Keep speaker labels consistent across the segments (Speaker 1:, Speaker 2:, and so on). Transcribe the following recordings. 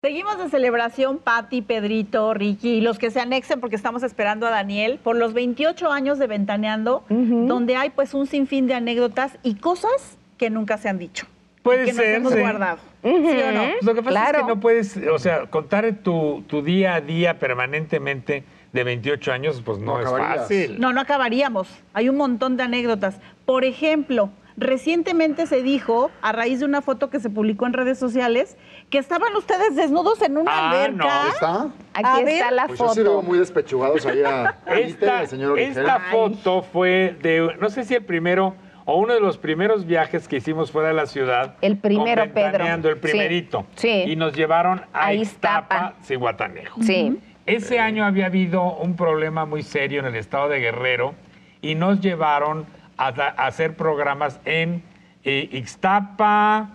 Speaker 1: Seguimos de celebración, Patti, Pedrito, Ricky y los que se anexen porque estamos esperando a Daniel por los 28 años de Ventaneando, donde hay pues un sinfín de anécdotas y cosas que nunca se han dicho. y
Speaker 2: Puede
Speaker 1: que
Speaker 2: ser,
Speaker 1: Nos hemos
Speaker 2: sí.
Speaker 1: guardado. ¿Sí o no?
Speaker 2: Pues Lo que pasa es que no puedes, o sea, contar tu, tu día a día permanentemente de 28 años, pues no,
Speaker 3: No
Speaker 2: es
Speaker 3: acabarías.
Speaker 2: fácil.
Speaker 1: No, no acabaríamos. Hay un montón de anécdotas. Por ejemplo, recientemente se dijo, a raíz de una foto que se publicó en redes sociales, que estaban ustedes desnudos en una
Speaker 2: Ah,
Speaker 1: alberca.
Speaker 2: no,
Speaker 3: ¿Está?
Speaker 1: A
Speaker 4: Aquí
Speaker 1: ver.
Speaker 4: está la
Speaker 3: Pues yo sí veo
Speaker 4: foto.
Speaker 3: muy despechugados ahí a Peter,
Speaker 2: Esta,
Speaker 3: al señor Origel.
Speaker 2: esta foto fue de, no sé si el primero o uno de los primeros viajes que hicimos fuera de la ciudad.
Speaker 4: El primero,
Speaker 2: con Ventaneando,
Speaker 4: Pedro.
Speaker 2: El primerito.
Speaker 4: Sí, sí.
Speaker 2: Y nos llevaron a
Speaker 4: A
Speaker 2: Iztapa,
Speaker 4: Iztapa.
Speaker 1: ah.
Speaker 2: Cihuatanejo.
Speaker 4: Sí.
Speaker 2: Ese
Speaker 3: Eh.
Speaker 2: año había habido un problema muy serio en el estado de Guerrero y nos llevaron a, da- a hacer programas en eh, Ixtapa,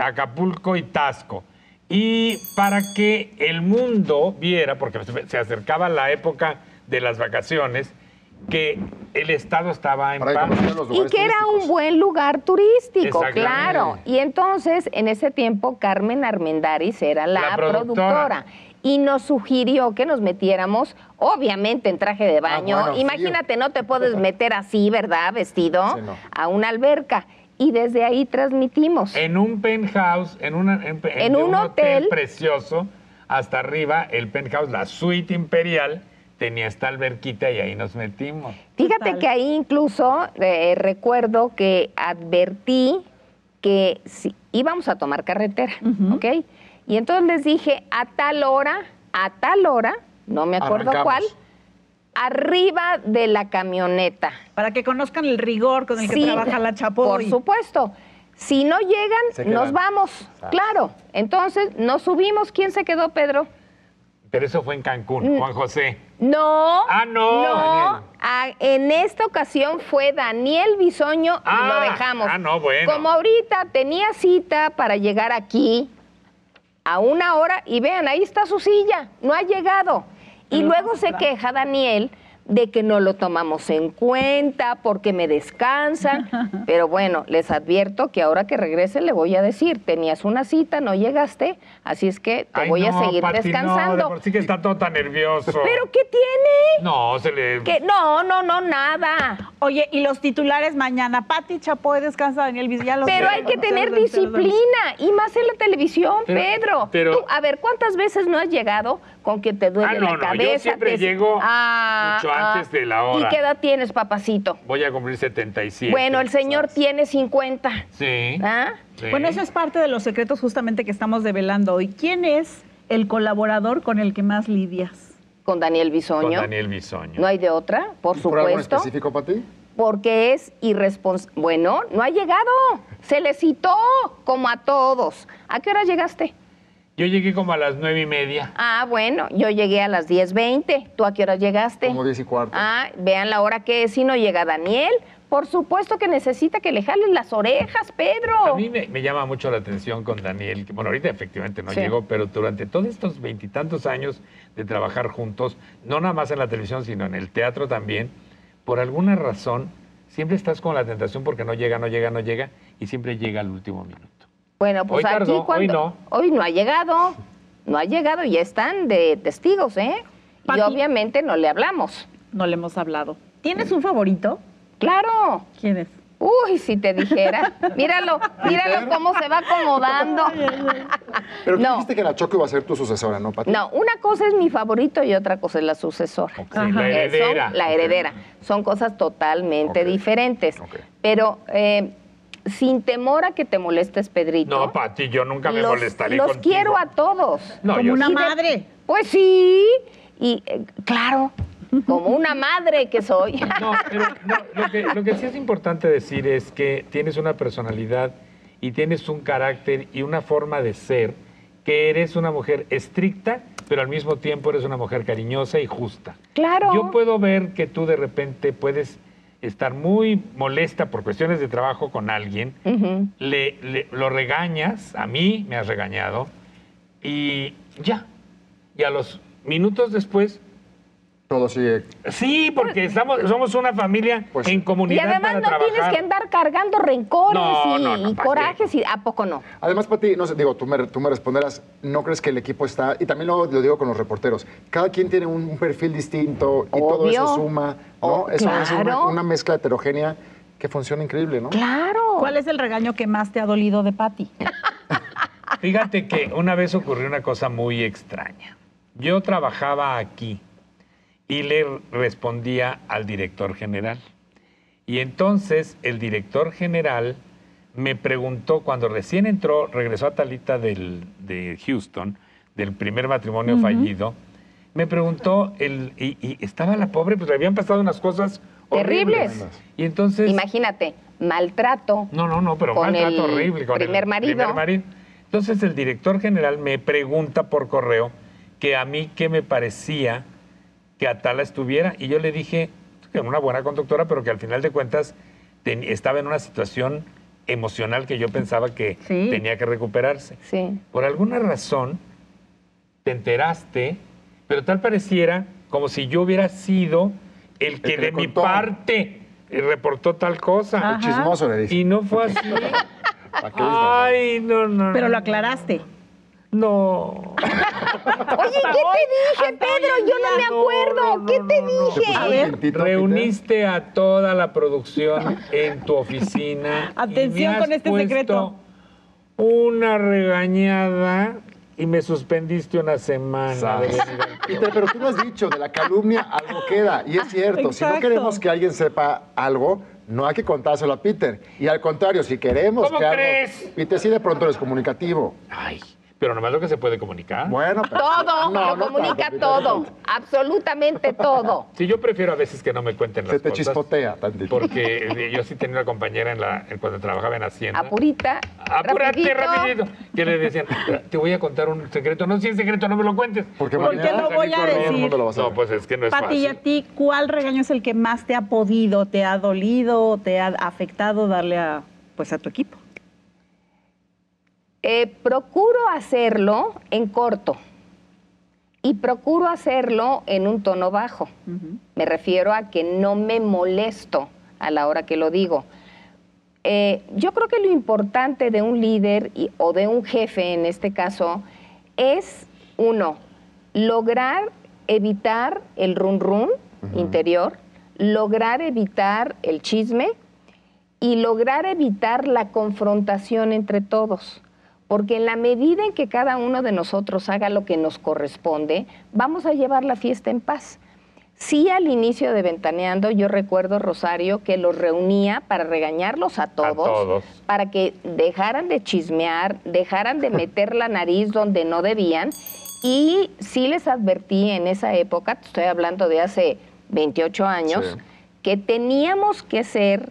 Speaker 2: Acapulco y Tasco. Y para que el mundo viera, porque se se acercaba la época de las vacaciones, que el estado estaba en
Speaker 3: Para que
Speaker 2: paz.
Speaker 3: conocieran los
Speaker 4: Y
Speaker 3: lugares
Speaker 4: que era un
Speaker 3: turísticos.
Speaker 4: buen lugar turístico,
Speaker 2: Exactamente.
Speaker 4: claro. Y entonces, en ese tiempo, Carmen Armendáriz era la,
Speaker 2: La productora.
Speaker 4: productora. Y nos sugirió que nos metiéramos, obviamente, en traje de baño.
Speaker 3: Ah, bueno, sí.
Speaker 4: Imagínate, no te puedes meter así, ¿verdad? Vestido
Speaker 3: Sí, no.
Speaker 4: a una alberca. Y desde ahí transmitimos.
Speaker 2: En un penthouse, en, una- en-
Speaker 4: En un hotel.
Speaker 2: precioso, hasta arriba, el penthouse, la suite imperial, tenía esta alberquita y ahí nos metimos.
Speaker 4: Fíjate
Speaker 1: tal?
Speaker 4: que ahí incluso eh, recuerdo que advertí que si- íbamos a tomar carretera, ¿ok? Y entonces les dije, a tal hora, a tal hora, no me acuerdo
Speaker 3: Arrancamos.
Speaker 4: cuál, arriba de la camioneta.
Speaker 1: Para que conozcan el rigor con el que
Speaker 4: Sí,
Speaker 1: trabaja la
Speaker 4: Por
Speaker 1: Chapoy.
Speaker 4: supuesto. Si no
Speaker 3: Se
Speaker 4: llegan,
Speaker 3: quedan. Ah.
Speaker 4: nos vamos. Claro. Entonces nos subimos. ¿Quién se quedó, Pedro?
Speaker 2: Pero eso fue en Cancún,
Speaker 4: Mm,
Speaker 2: Juan José.
Speaker 4: No.
Speaker 2: Ah, no, Daniel.
Speaker 4: Ah, en esta ocasión fue Daniel Bisoño y
Speaker 2: Ah,
Speaker 4: lo dejamos.
Speaker 2: ah, no, bueno.
Speaker 4: Como ahorita tenía cita para llegar aquí a una hora y vean, ahí está su silla, no ha llegado. Y luego se queja Daniel de que no lo tomamos en cuenta porque me descansan. Pero bueno, les advierto que ahora que regrese le voy a decir, tenías una cita, no llegaste, así es que te
Speaker 2: Ay,
Speaker 4: voy a
Speaker 2: no,
Speaker 4: seguir
Speaker 2: Pati, no, de
Speaker 4: descansando.
Speaker 2: por sí que está todo tan nervioso.
Speaker 4: ¿Pero qué tiene?
Speaker 2: No, se le...
Speaker 4: Que no, no, no, nada.
Speaker 1: Oye, y los titulares mañana. Pati Chapoy descansa, Daniel Villa.
Speaker 4: Pero hay que tener disciplina y más en la televisión,
Speaker 2: Pero-
Speaker 4: Pedro.
Speaker 2: pero-
Speaker 4: Tú, a ver, ¿cuántas veces no has llegado con que te duele
Speaker 2: Ah, no,
Speaker 4: la
Speaker 2: no, yo
Speaker 4: cabeza?
Speaker 2: siempre
Speaker 4: te- "Ah,
Speaker 2: llego mucho antes de la hora.
Speaker 4: ¿Y qué edad tienes, papacito?
Speaker 2: Voy a cumplir 77.
Speaker 4: Bueno, el señor tiene 50.
Speaker 2: Sí.
Speaker 4: ¿Ah?
Speaker 2: sí.
Speaker 1: Bueno, eso es parte de los secretos justamente que estamos develando hoy. ¿Quién es el colaborador con el que más lidias?
Speaker 4: Con Daniel
Speaker 2: Con
Speaker 4: Bisoño.
Speaker 2: Daniel Bisoño.
Speaker 4: No hay de otra, por
Speaker 3: ¿Por algo en
Speaker 4: supuesto.
Speaker 3: específico para ti?
Speaker 4: porque es irresponsable. Bueno, no ha llegado. Se le citó como a todos. ¿A qué hora llegaste?
Speaker 2: Yo llegué como a las nueve y media.
Speaker 4: Ah, bueno, yo llegué a las 10.20. ¿Tú a qué hora llegaste?
Speaker 3: Como 10 y cuarto.
Speaker 4: Ah, vean la hora que es si no llega Daniel. Por supuesto que necesita que le jalen las orejas,
Speaker 2: A
Speaker 4: Pedro.
Speaker 2: mí me, me llama mucho la atención con Daniel, que bueno, ahorita efectivamente no
Speaker 4: Sí.
Speaker 2: llegó, pero durante todos estos veintitantos años de trabajar juntos, no nada más en la televisión, sino en el teatro también, por alguna razón siempre estás con la tentación porque no llega, no llega, no llega, y siempre llega al último minuto.
Speaker 4: Bueno, pues
Speaker 2: Hoy
Speaker 4: aquí
Speaker 2: tardó, hoy
Speaker 4: cuando...
Speaker 2: no.
Speaker 4: Hoy no ha llegado. No ha llegado y ya están de testigos, ¿eh?
Speaker 1: Pati.
Speaker 4: Y obviamente no le hablamos.
Speaker 1: No le hemos hablado. ¿Tienes un favorito?
Speaker 4: Claro.
Speaker 1: ¿Quién es?
Speaker 4: Uy, si te dijera. Míralo, míralo
Speaker 3: Peter.
Speaker 4: cómo se va acomodando.
Speaker 3: Pero tú
Speaker 4: No.
Speaker 3: dijiste que la Choco iba a ser tu sucesora, ¿no, Pati?
Speaker 4: No, una cosa es mi favorito y otra cosa es la sucesora.
Speaker 2: Sí, la
Speaker 4: Eh, son-
Speaker 2: heredera.
Speaker 4: la heredera. Son cosas totalmente
Speaker 3: Ok.
Speaker 4: diferentes.
Speaker 3: Ok.
Speaker 4: Pero eh, sin temor a que te molestes, Pedrito.
Speaker 2: No, Pati, yo nunca me
Speaker 4: los,
Speaker 2: molestaré
Speaker 4: Los
Speaker 2: contigo.
Speaker 4: quiero a todos.
Speaker 2: No,
Speaker 1: Como
Speaker 2: yo
Speaker 1: una
Speaker 2: sí.
Speaker 1: madre.
Speaker 4: Pues sí. Y eh, claro, como una madre que soy.
Speaker 2: No, pero no, lo, que, lo que sí es importante decir es que tienes una personalidad y tienes un carácter y una forma de ser que eres una mujer estricta, pero al mismo tiempo eres una mujer cariñosa y justa.
Speaker 4: Claro.
Speaker 2: Yo puedo ver que tú de repente puedes estar muy molesta por cuestiones de trabajo con alguien,
Speaker 4: Ujú.
Speaker 2: le, le- lo regañas, a mí me has regañado, y ya. Y a los minutos después,
Speaker 3: Todo sigue.
Speaker 2: sí, porque estamos, somos una familia
Speaker 3: Pues sí.
Speaker 2: en
Speaker 4: Y
Speaker 2: comunidad.
Speaker 4: además no
Speaker 2: para
Speaker 4: tienes
Speaker 2: trabajar.
Speaker 4: que andar cargando rencores
Speaker 2: No,
Speaker 4: y,
Speaker 2: no, no, ¿para
Speaker 4: y
Speaker 2: qué?
Speaker 4: corajes. Y, ¿A poco no?
Speaker 3: Además, Pati, no sé, digo, tú me, tú me responderás, ¿no crees que el equipo está, y también lo, lo digo con los reporteros, cada quien tiene un, un perfil distinto y todo
Speaker 4: Obvio.
Speaker 3: eso suma, ¿no?
Speaker 4: Oh,
Speaker 3: eso es una,
Speaker 4: claro.
Speaker 3: una mezcla heterogénea que funciona increíble, ¿no?
Speaker 4: Claro.
Speaker 1: ¿Cuál es el regaño que más te ha dolido de Patti?
Speaker 2: Fíjate que una vez ocurrió una cosa muy extraña. Yo trabajaba aquí y le respondía al director general. Y entonces el director general me preguntó, cuando recién entró, regresó a Talita del, de Houston, del primer matrimonio fallido, me preguntó, el, y, y estaba la pobre, pues le habían pasado unas cosas
Speaker 4: Terribles.
Speaker 2: horribles. Y entonces...
Speaker 4: Imagínate, maltrato.
Speaker 2: No, no, no, pero
Speaker 4: Con
Speaker 2: maltrato
Speaker 4: el
Speaker 2: horrible. Con
Speaker 4: primer
Speaker 2: el
Speaker 4: marido.
Speaker 2: primer marido. Entonces el director general me pregunta por correo que a mí que me parecía que Atala estuviera. Y yo le dije que era una buena conductora, pero que al final de cuentas ten- estaba en una situación emocional que yo pensaba que
Speaker 1: Sí.
Speaker 2: tenía que recuperarse.
Speaker 4: Sí.
Speaker 2: Por alguna razón te enteraste, pero tal pareciera como si yo hubiera sido el que,
Speaker 3: que
Speaker 2: de
Speaker 3: le
Speaker 2: mi
Speaker 3: contó.
Speaker 2: parte eh, reportó tal cosa.
Speaker 1: Ajá.
Speaker 3: El chismoso le dije.
Speaker 2: Y no fue así.
Speaker 3: ¿Para qué dices?
Speaker 2: Ay, no, no.
Speaker 1: Pero lo
Speaker 2: no,
Speaker 1: aclaraste.
Speaker 2: No.
Speaker 4: Oye, ¿qué
Speaker 1: hasta
Speaker 4: te dije,
Speaker 1: hoy
Speaker 4: Pedro?
Speaker 1: en
Speaker 4: Yo no me
Speaker 2: No,
Speaker 4: acuerdo.
Speaker 2: no, no,
Speaker 4: ¿Qué te
Speaker 2: no, no.
Speaker 4: dije?
Speaker 3: Te
Speaker 1: A
Speaker 3: pusiste
Speaker 1: ver.
Speaker 3: calientito, Peter.
Speaker 2: Reuniste a toda la producción en tu oficina. y me
Speaker 1: Atención
Speaker 2: has
Speaker 1: con este
Speaker 2: puesto
Speaker 1: secreto.
Speaker 2: Una regañada y me suspendiste una semana.
Speaker 3: ¿Sabes?
Speaker 2: de venir al-
Speaker 3: Peter, pero tú lo has dicho, de la calumnia algo queda. Y es cierto, si no
Speaker 1: Exacto.
Speaker 3: queremos que alguien sepa algo, no hay que contárselo a Peter. Y al contrario, si queremos
Speaker 2: ¿Cómo
Speaker 3: que algo-
Speaker 2: crees?
Speaker 3: Peter sí de pronto eres comunicativo.
Speaker 2: Ay, pero nomás lo que se puede comunicar.
Speaker 3: Bueno, pero...
Speaker 4: Todo,
Speaker 3: No,
Speaker 4: lo
Speaker 3: no
Speaker 4: comunica
Speaker 3: tanto, Peter,
Speaker 4: todo,
Speaker 3: no tanto.
Speaker 4: absolutamente todo.
Speaker 2: Sí, yo prefiero a veces que no me cuenten las
Speaker 3: Se te
Speaker 2: cosas.
Speaker 3: chispotea tantito.
Speaker 2: Porque eh, yo sí tenía una compañera en la, en- cuando trabajaba en Hacienda.
Speaker 4: Apurita.
Speaker 2: Apúrate
Speaker 4: rapidito.
Speaker 2: rapidito. Que le decían, te voy a contar un secreto. No, si es secreto, no me lo cuentes.
Speaker 3: Porque
Speaker 1: ¿Por qué
Speaker 3: mañana
Speaker 1: lo voy a
Speaker 3: todo el
Speaker 1: decir?
Speaker 3: mundo lo va a saber.
Speaker 2: No, pues es que no es
Speaker 1: Pati, ¿y
Speaker 2: fácil.
Speaker 1: a ti cuál regaño es el que más te ha podido, te ha dolido, te ha afectado darle a, pues, a tu equipo?
Speaker 4: Eh, procuro hacerlo en corto y procuro hacerlo en un tono bajo. Me refiero a que no me molesto a la hora que lo digo. Eh, yo creo que lo importante de un líder y- o de un jefe en este caso es, uno, lograr evitar el run run interior, lograr evitar el chisme, y lograr evitar la confrontación entre todos. Porque en la medida en que cada uno de nosotros haga lo que nos corresponde, vamos a llevar la fiesta en paz. Sí, al inicio de Ventaneando, yo recuerdo, Rosario, que los reunía para regañarlos a todos,
Speaker 2: todos.
Speaker 4: para que dejaran de chismear, dejaran de meter la nariz donde no debían. Y sí les advertí en esa época, te estoy hablando de hace 28 años,
Speaker 3: Sí.
Speaker 4: que teníamos que ser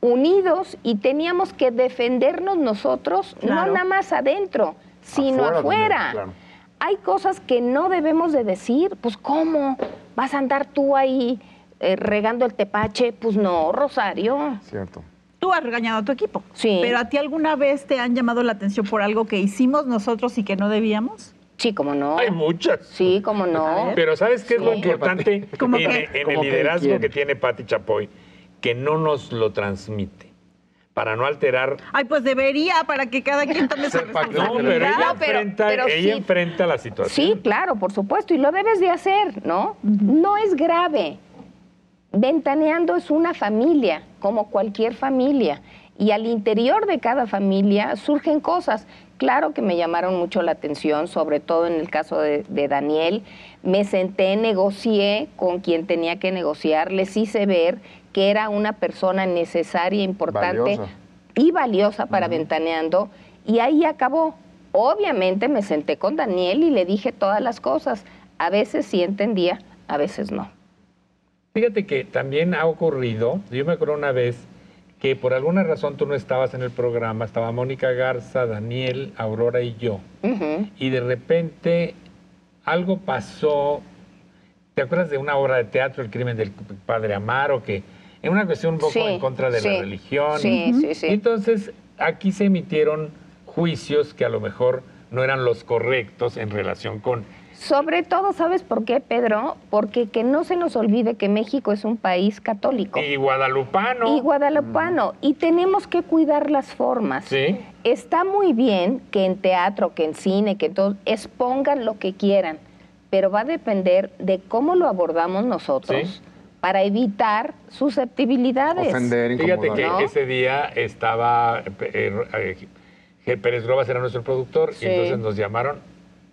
Speaker 4: unidos y teníamos que defendernos nosotros,
Speaker 1: Claro.
Speaker 4: no nada más adentro, sino
Speaker 3: Afuera
Speaker 4: afuera.
Speaker 3: también, claro.
Speaker 4: Hay cosas que no debemos de decir, pues ¿cómo? ¿Vas a andar tú ahí eh, regando el tepache? Pues no, Rosario.
Speaker 3: Cierto.
Speaker 1: Tú has regañado a tu equipo.
Speaker 4: Sí.
Speaker 1: Pero a ti alguna vez te han llamado la atención por algo que hicimos nosotros y que no debíamos?
Speaker 4: Sí, como no.
Speaker 2: Hay muchas.
Speaker 4: Sí, como
Speaker 1: Pues, A
Speaker 4: no.
Speaker 1: ver.
Speaker 2: Pero ¿sabes qué es lo
Speaker 4: Sí.
Speaker 2: importante en,
Speaker 1: ¿Cómo
Speaker 2: en
Speaker 1: qué?
Speaker 2: el
Speaker 3: ¿Cómo qué?
Speaker 2: liderazgo
Speaker 3: ¿Quién?
Speaker 2: que tiene Patti Chapoy? Que no nos lo transmite. Para no alterar.
Speaker 1: Ay, pues debería para que cada quien tome su
Speaker 3: Sepa que-
Speaker 2: No, pero
Speaker 1: responsabilidad.
Speaker 2: ella,
Speaker 4: No, pero-
Speaker 2: enfrenta,
Speaker 4: pero
Speaker 2: ella
Speaker 4: sí.
Speaker 2: enfrenta la situación.
Speaker 4: Sí, claro, por supuesto, y lo debes de hacer, ¿no? No es grave. Ventaneando es una familia, como cualquier familia, y al interior de cada familia surgen cosas. Claro que me llamaron mucho la atención, sobre todo en el caso de, de Daniel. Me senté, negocié con quien tenía que negociar, les hice ver que era una persona necesaria, importante
Speaker 3: Valiosa.
Speaker 4: y valiosa para Ventaneando, y ahí acabó. Obviamente me senté con Daniel y le dije todas las cosas. A veces sí entendía, a veces no.
Speaker 2: Fíjate que también ha ocurrido, yo me acuerdo una vez que por alguna razón tú no estabas en el programa, estaba Mónica Garza, Daniel, Aurora y yo,
Speaker 4: Ujú.
Speaker 2: y de repente algo pasó, ¿te acuerdas de una obra de teatro, El crimen del padre Amaro, que es una cuestión un poco
Speaker 4: Sí,
Speaker 2: en contra de
Speaker 4: sí,
Speaker 2: la religión?
Speaker 4: sí, sí, sí.
Speaker 2: Y entonces aquí se emitieron juicios que a lo mejor no eran los correctos en relación con...
Speaker 4: Sobre todo, ¿sabes por qué, Pedro? Porque que no se nos olvide que México es un país católico
Speaker 2: Y Guadalupano.
Speaker 4: y guadalupano, y tenemos que cuidar las formas.
Speaker 2: Sí.
Speaker 4: Está muy bien que en teatro, que en cine, que en todo, expongan lo que quieran, pero va a depender de cómo lo abordamos nosotros
Speaker 2: Sí.
Speaker 4: para evitar susceptibilidades.
Speaker 3: Ofender,
Speaker 2: Fíjate que
Speaker 3: incomodar.
Speaker 4: ¿No?
Speaker 2: ese día estaba eh, eh, eh, Pérez Globas era nuestro productor
Speaker 4: Sí.
Speaker 2: y entonces nos llamaron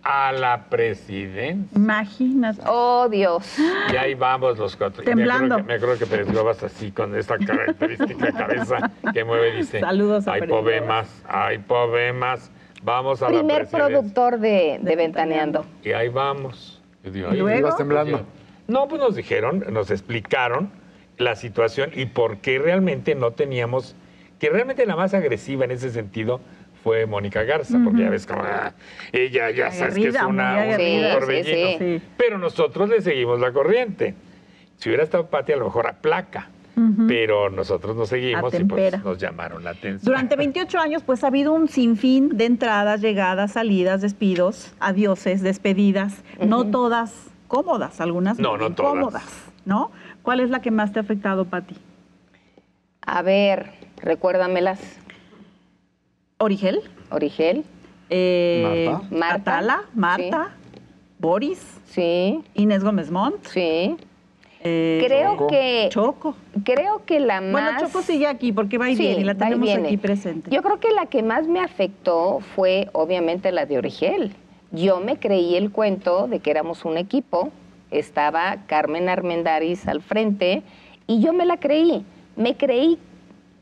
Speaker 2: a la presidencia.
Speaker 1: Imagínate.
Speaker 4: Oh, Dios.
Speaker 2: Y ahí vamos los cuatro. Y me
Speaker 1: Temblando.
Speaker 2: acuerdo que- Me acuerdo que Pérez Globas así con esta característica cabeza que mueve dice.
Speaker 1: Saludos a
Speaker 2: Ay,
Speaker 1: Pérez Globas".
Speaker 2: pobemas, ay, pobemas. Vamos a la
Speaker 4: Primer
Speaker 2: presidencia.
Speaker 4: productor de, de Ventaneando.
Speaker 2: Y ahí vamos. Y digo, "Ay,
Speaker 1: luego?
Speaker 3: Ibas temblando.
Speaker 2: No, pues nos dijeron, nos explicaron la situación y por qué realmente no teníamos, que realmente la más agresiva en ese sentido fue Mónica Garza, porque ya ves como, ah, ella ya sabes que es
Speaker 1: Aguerrida,
Speaker 2: una,
Speaker 1: muy
Speaker 2: un
Speaker 4: aguerrida. Sí,
Speaker 2: torbellino.
Speaker 4: sí,
Speaker 1: sí. Sí.
Speaker 2: Pero nosotros le seguimos la corriente. Si hubiera estado Pati, a lo mejor aplaca, pero nosotros nos seguimos y
Speaker 1: Atempera.
Speaker 2: pues nos llamaron la atención.
Speaker 1: Durante 28 años, pues ha habido un sinfín de entradas, llegadas, salidas, despidos, adioses, despedidas. No todas cómodas, algunas
Speaker 2: No,
Speaker 1: muy
Speaker 2: no todas.
Speaker 1: incómodas, ¿no? ¿Cuál es la que más te ha afectado, Pati?
Speaker 4: A ver, recuérdamelas.
Speaker 1: Origel,
Speaker 4: Origel,
Speaker 1: eh,
Speaker 3: Marta.
Speaker 4: Marta.
Speaker 1: Atala, Marta, Boris,
Speaker 4: sí,
Speaker 1: Inés Gómez Montt,
Speaker 4: sí.
Speaker 1: eh,
Speaker 4: Creo
Speaker 3: Choco.
Speaker 4: que
Speaker 1: Choco.
Speaker 4: creo que la más
Speaker 1: Bueno, Choco sigue aquí porque va y
Speaker 4: Sí,
Speaker 1: viene y la
Speaker 4: va y
Speaker 1: tenemos
Speaker 4: viene.
Speaker 1: aquí presente.
Speaker 4: Yo creo que la que más me afectó fue obviamente la de Origel. Yo me creí el cuento de que éramos un equipo, estaba Carmen Armendáriz al frente y yo me la creí. Me creí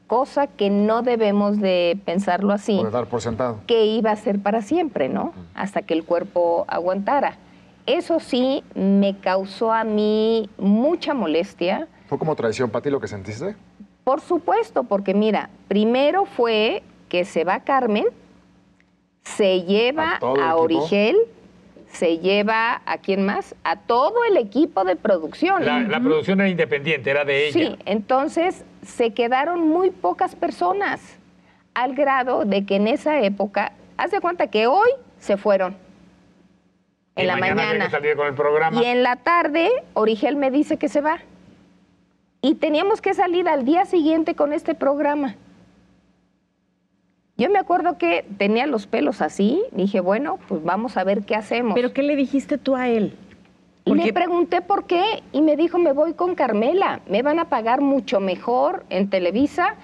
Speaker 4: cosa que no debemos de pensarlo así
Speaker 3: Por dar por sentado.
Speaker 4: que iba a ser para siempre, ¿no? Hasta que el cuerpo aguantara. Eso sí me causó a mí mucha molestia,
Speaker 3: ¿Fue como traición para ti lo que sentiste?
Speaker 4: por supuesto, porque mira, primero fue que se va Carmen, se lleva
Speaker 3: A todo el
Speaker 4: a,
Speaker 3: equipo.
Speaker 4: Origel, se lleva a quién más, a todo el equipo de producción.
Speaker 2: La, la producción era independiente, era de ella.
Speaker 4: Sí, entonces se quedaron muy pocas personas, al grado de que en esa época, haz de cuenta que hoy se fueron,
Speaker 2: Y
Speaker 4: en la
Speaker 2: mañana tiene
Speaker 4: mañana.
Speaker 2: que salir con el programa.
Speaker 4: Y en la tarde, Origel me dice que se va. Y teníamos que salir al día siguiente con este programa. Yo me acuerdo que tenía los pelos así, dije, bueno, pues vamos a ver qué hacemos.
Speaker 1: ¿Pero qué le dijiste tú a él?
Speaker 4: Le pregunté por qué y me dijo, me voy con Carmela, me van a pagar mucho mejor en Televisa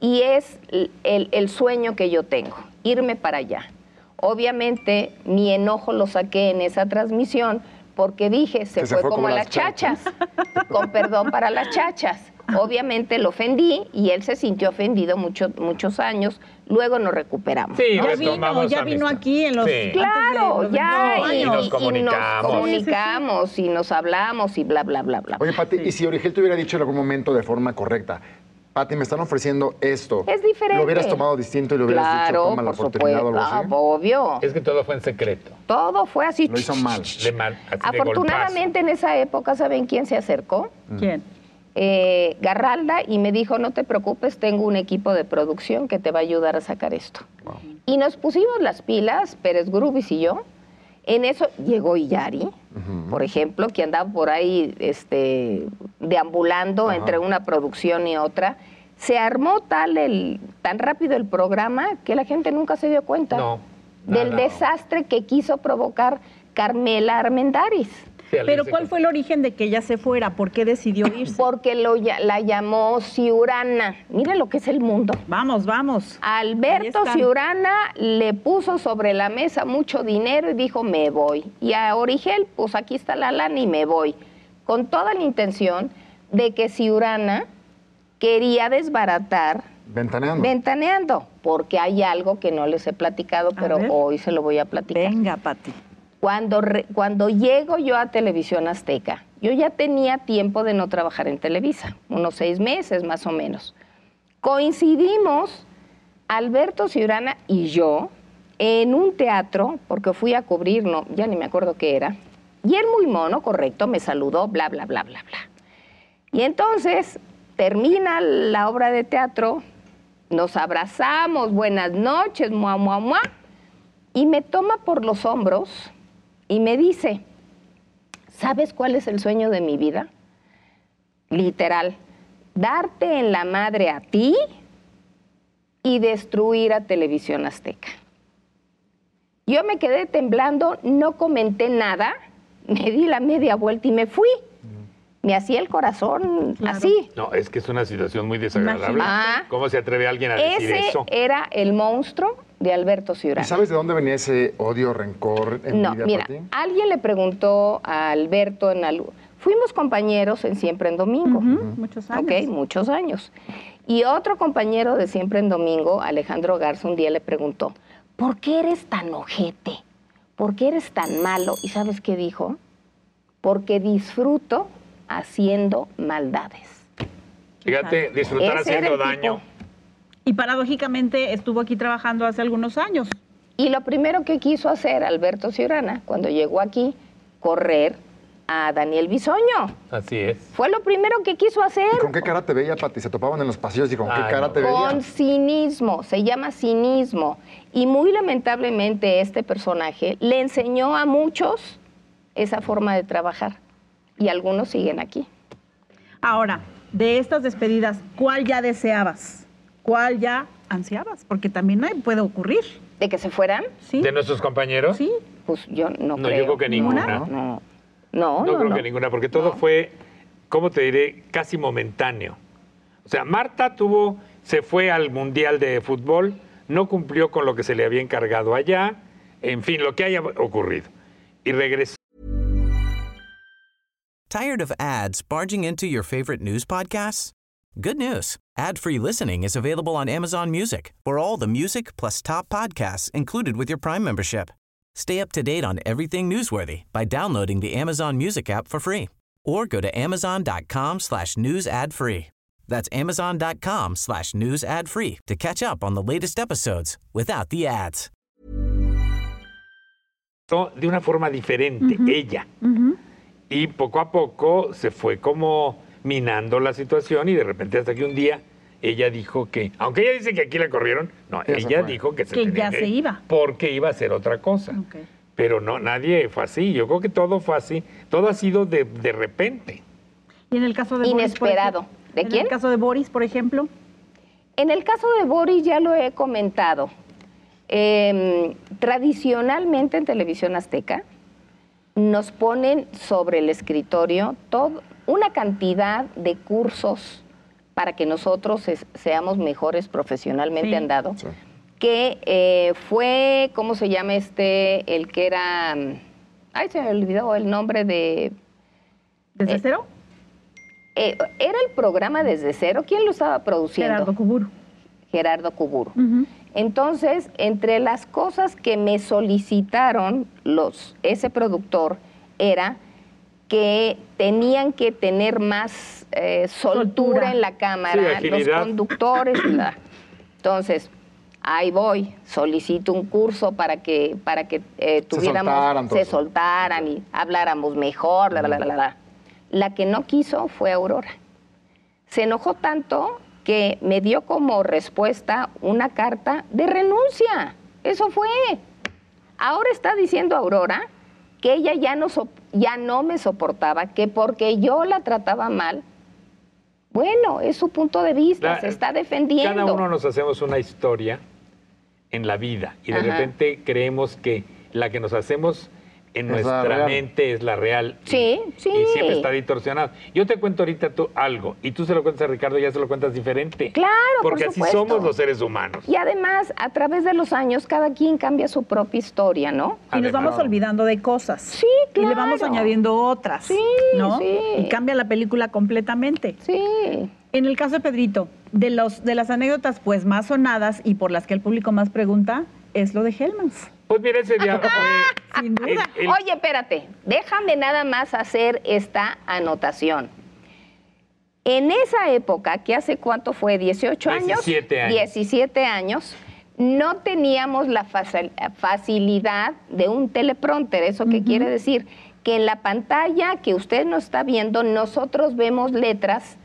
Speaker 4: y es l- el, el sueño que yo tengo, irme para allá. Obviamente mi enojo lo saqué en esa transmisión porque dije, se,
Speaker 3: Que
Speaker 4: fue, como, a las chachas, con perdón para las chachas. Obviamente lo ofendí y él se sintió ofendido mucho- muchos años, luego nos recuperamos.
Speaker 2: Sí,
Speaker 1: ya vino,
Speaker 2: retomamos
Speaker 1: ya
Speaker 2: amistad.
Speaker 1: vino aquí en los.
Speaker 2: Sí.
Speaker 1: antes de
Speaker 4: Claro,
Speaker 1: los
Speaker 4: ya,
Speaker 1: 28
Speaker 4: y,
Speaker 2: y
Speaker 1: años.
Speaker 2: nos
Speaker 4: y
Speaker 2: comunicamos.
Speaker 4: comunicamos, y nos hablamos y bla, bla, bla, bla.
Speaker 3: Oye, Pati, ¿y si Origel te hubiera dicho en algún momento de forma correcta? Pati, me están ofreciendo esto.
Speaker 4: Es diferente.
Speaker 3: Lo hubieras tomado distinto y lo hubieras dicho,
Speaker 4: claro,
Speaker 3: toma la
Speaker 4: por
Speaker 3: oportunidad
Speaker 4: supuesto,
Speaker 3: o algo así.
Speaker 4: ah, obvio.
Speaker 2: Es que todo fue en secreto.
Speaker 4: Todo fue así.
Speaker 3: Lo hizo mal.
Speaker 2: De mal- así de
Speaker 4: Afortunadamente en esa época, ¿saben quién se acercó?
Speaker 1: ¿Quién?
Speaker 4: Eh, Garralda y me dijo, no te preocupes, tengo un equipo de producción que te va a ayudar a sacar esto. Y nos pusimos las pilas, Pérez Grubis y yo. En eso llegó Iyari, por ejemplo, que andaba por ahí este, deambulando entre una producción y otra. Se armó tal el, tan rápido el programa que la gente nunca se dio cuenta
Speaker 2: No,
Speaker 4: del
Speaker 2: nada.
Speaker 4: desastre que quiso provocar Carmela Armendáriz.
Speaker 2: golpaz. Alexa
Speaker 1: Pero ¿cuál
Speaker 2: con-
Speaker 1: fue el origen de que ella se fuera? ¿Por qué decidió irse?
Speaker 4: Porque lo, ya- la llamó Ciurana. Mira lo que es el mundo.
Speaker 1: Vamos, vamos.
Speaker 4: Alberto
Speaker 1: Ahí están.
Speaker 4: Ciurana le puso sobre la mesa mucho dinero y dijo, me voy. Y a Origel, pues aquí está la lana y me voy. Con toda la intención de que Ciurana quería desbaratar
Speaker 3: Ventaneando.
Speaker 4: Ventaneando, porque hay algo que no les he platicado, pero
Speaker 1: ver.
Speaker 4: hoy se lo voy a platicar.
Speaker 1: Venga, Pati.
Speaker 4: Cuando, re- cuando llego yo a Televisión Azteca, yo ya tenía tiempo de no trabajar en Televisa, unos seis meses más o menos. Coincidimos, Alberto Ciurana y yo, en un teatro, porque fui a cubrir, no, ya ni me acuerdo qué era, y él muy mono, correcto, me saludó, bla, bla, bla, bla, bla. Y entonces termina la obra de teatro, nos abrazamos, buenas noches, mua, mua, mua, y me toma por los hombros y me dice, ¿sabes cuál es el sueño de mi vida? Literal, darte en la madre a ti y destruir a Televisión Azteca. Yo me quedé temblando, no comenté nada, me di la media vuelta y me fui.
Speaker 3: Mm.
Speaker 4: Me hacía el corazón así.
Speaker 2: No, es que es una situación muy desagradable.
Speaker 4: Imagínate.
Speaker 2: ¿Cómo se atreve alguien a decir
Speaker 4: Ese
Speaker 2: eso?
Speaker 4: era el monstruo de Alberto
Speaker 3: ¿Y
Speaker 4: Ciurana.
Speaker 3: sabes de dónde venía ese odio, rencor, envidia
Speaker 4: No, mira,
Speaker 3: Pati?
Speaker 4: alguien le preguntó a Alberto en algo. Fuimos compañeros en Siempre en Domingo.
Speaker 1: Muchos años.
Speaker 4: Ok, muchos años. Y otro compañero de Siempre en Domingo, Alejandro Garza, un día le preguntó, ¿por qué eres tan ojete? ¿Por qué eres tan malo? ¿Y sabes qué dijo? Porque disfruto haciendo maldades.
Speaker 2: Fíjate, disfrutar
Speaker 4: Ese era
Speaker 2: haciendo
Speaker 4: el tipo.
Speaker 2: daño.
Speaker 1: Y paradójicamente estuvo aquí trabajando hace algunos años.
Speaker 4: Y lo primero que quiso hacer Alberto Ciurana cuando llegó aquí, correr a Daniel Bisoño.
Speaker 2: Así es.
Speaker 4: Fue lo primero que quiso hacer.
Speaker 3: ¿Y con qué cara te veía, Pati? Se topaban en los pasillos y con qué
Speaker 2: Ay,
Speaker 3: cara
Speaker 2: Ah, no.
Speaker 3: te veía.
Speaker 4: Con cinismo, se llama cinismo. Y muy lamentablemente este personaje le enseñó a muchos esa forma de trabajar. Y algunos siguen aquí.
Speaker 1: Ahora, de estas despedidas, ¿cuál ya deseabas? ¿Cuál ya ansiabas? Porque también eh, puede ocurrir.
Speaker 4: ¿De que se fueran?
Speaker 1: ¿Sí?
Speaker 2: ¿De nuestros compañeros?
Speaker 1: ¿Sí?
Speaker 4: Pues yo
Speaker 2: No,
Speaker 4: no,
Speaker 2: yo
Speaker 4: creo.
Speaker 2: creo que ninguna.
Speaker 4: No, no, no.
Speaker 2: No, creo
Speaker 4: no.
Speaker 2: que ninguna, porque todo fue, ¿cómo te diré? Casi momentáneo. O sea, Marta tuvo, se fue al Mundial de Fútbol, no cumplió con lo que se le había encargado allá, en fin, lo que haya ocurrido. Y regresó.
Speaker 5: Tired of ads barging into your favorite news podcasts? Good news. Ad-free listening is available on Amazon Music for all the music plus top podcasts included with your Prime membership. Stay up to date on everything newsworthy by downloading the Amazon Music app for free or go to amazon.com slash news ad free. That's amazon.com slash news ad free to catch up on the latest episodes without the ads.
Speaker 2: de una forma diferente, ella. Y poco a poco se fue como minando la situación y de repente hasta que un día ella dijo que, aunque ella dice que aquí la corrieron, no,
Speaker 3: Ya se
Speaker 2: ella
Speaker 3: fue.
Speaker 2: dijo que se
Speaker 1: Que
Speaker 2: tenía
Speaker 1: ya se
Speaker 2: ir
Speaker 1: iba.
Speaker 2: Porque iba a hacer otra cosa.
Speaker 1: Ok.
Speaker 2: Pero no, nadie fue así. Yo creo que todo fue así. Todo ha sido de, de repente.
Speaker 1: Y en el caso de
Speaker 4: Inesperado.
Speaker 1: Boris, por ejemplo,
Speaker 4: ¿De
Speaker 1: en
Speaker 4: quién?
Speaker 1: el caso de Boris, por ejemplo.
Speaker 4: En el caso de Boris ya lo he comentado. Eh, tradicionalmente en televisión azteca nos ponen sobre el escritorio todo- una cantidad de cursos para que nosotros es- seamos mejores profesionalmente
Speaker 1: Sí.
Speaker 4: andado. Que eh, fue, ¿cómo se llama este? El que era... mm, Ay, se me olvidó el nombre de...
Speaker 1: ¿Desde
Speaker 4: Eh,
Speaker 1: cero?
Speaker 4: eh, era el programa desde cero. ¿Quién lo estaba produciendo?
Speaker 1: Gerardo Cuburu.
Speaker 4: Gerardo Cuburu. Entonces, entre las cosas que me solicitaron los, ese productor era que tenían que tener más eh, soltura
Speaker 1: Soltura.
Speaker 4: en la cámara,
Speaker 2: Sí,
Speaker 4: los
Speaker 2: agilidad.
Speaker 4: conductores. la- Entonces, ahí voy, solicito un curso para que, para que eh, tuviéramos,
Speaker 3: soltaran, todo
Speaker 4: se
Speaker 3: eso.
Speaker 4: soltaran y habláramos mejor, bla, bla, bla, bla, bla. La que no quiso fue Aurora. Se enojó tanto que me dio como respuesta una carta de renuncia. Eso fue. Ahora está diciendo Aurora que ella ya no, sop- ya no me soportaba, que porque yo la trataba mal. Bueno, es su punto de vista,
Speaker 2: La-
Speaker 4: se está defendiendo.
Speaker 2: Cada uno nos hacemos una historia en la vida y de
Speaker 4: Ajá.
Speaker 2: repente creemos que la que nos hacemos en
Speaker 3: Es la
Speaker 2: nuestra
Speaker 3: real.
Speaker 2: mente es la real. y-
Speaker 4: Sí, sí.
Speaker 2: Y siempre está distorsionada. Yo te cuento ahorita tú algo y tú se lo cuentas a Ricardo y ya se lo cuentas diferente.
Speaker 4: Claro, por
Speaker 2: Porque así
Speaker 4: supuesto.
Speaker 2: somos los seres humanos.
Speaker 4: Y además, a través de los años, cada quien cambia su propia historia,
Speaker 1: Y
Speaker 4: ¿no?
Speaker 1: nos
Speaker 2: Además.
Speaker 1: vamos olvidando de cosas.
Speaker 4: Sí,
Speaker 1: Y le vamos
Speaker 4: claro.
Speaker 1: añadiendo otras.
Speaker 4: Sí,
Speaker 1: ¿no?
Speaker 4: sí.
Speaker 1: Y cambia la película completamente.
Speaker 4: Sí.
Speaker 1: En el caso de Pedrito, de, los, de las anécdotas pues más sonadas y por las que el público más pregunta, es lo de Hellmans.
Speaker 2: Pues mira, ese día fue
Speaker 1: Sin duda.
Speaker 2: el-
Speaker 4: Oye, espérate, déjame nada más hacer esta anotación. En esa época, que hace cuánto fue, 18 años,
Speaker 2: 17 años.
Speaker 4: 17 años, no teníamos la faci- facilidad de un teleprompter. ¿Eso qué quiere decir? Que en la pantalla que usted nos está viendo, nosotros vemos letras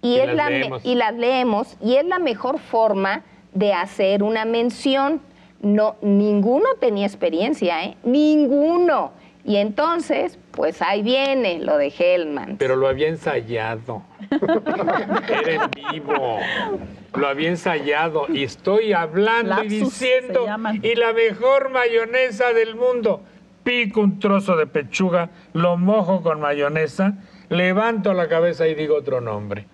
Speaker 4: y,
Speaker 2: Y
Speaker 4: es
Speaker 2: las
Speaker 4: la me-
Speaker 2: leemos.
Speaker 4: y las leemos y es la mejor forma de hacer una mención. No, ninguno tenía experiencia, ¿eh? Ninguno. Y entonces, pues ahí viene lo de Hellman.
Speaker 2: Pero lo había ensayado. Era en vivo. Lo había ensayado y estoy hablando y
Speaker 1: Lapsus, se
Speaker 2: diciendo.
Speaker 1: llaman.
Speaker 2: Y la mejor mayonesa del mundo. Pico un trozo de pechuga, lo mojo con mayonesa, levanto la cabeza y digo otro nombre.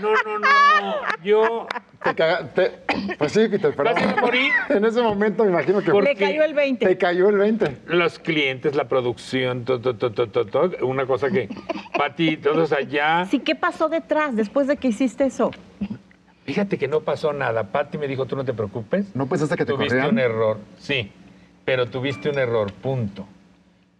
Speaker 2: No, no, no, no. Yo
Speaker 3: Te caga- te- pues sí, Peter, pero
Speaker 2: Casi me morí.
Speaker 3: en ese momento me imagino que
Speaker 2: ¿Por
Speaker 1: Le
Speaker 2: qué?
Speaker 1: cayó el 20.
Speaker 3: te cayó el 20.
Speaker 2: los clientes, la producción, to, to, to, to, to, to, una cosa que, Pati, todos allá.
Speaker 1: Sí, ¿qué pasó detrás después de que hiciste eso?
Speaker 2: Fíjate que no pasó nada. Pati me dijo, tú no te preocupes.
Speaker 3: ¿No pensaste que te
Speaker 2: Tuviste
Speaker 3: corrían?
Speaker 2: un error, sí, pero tuviste un error, punto.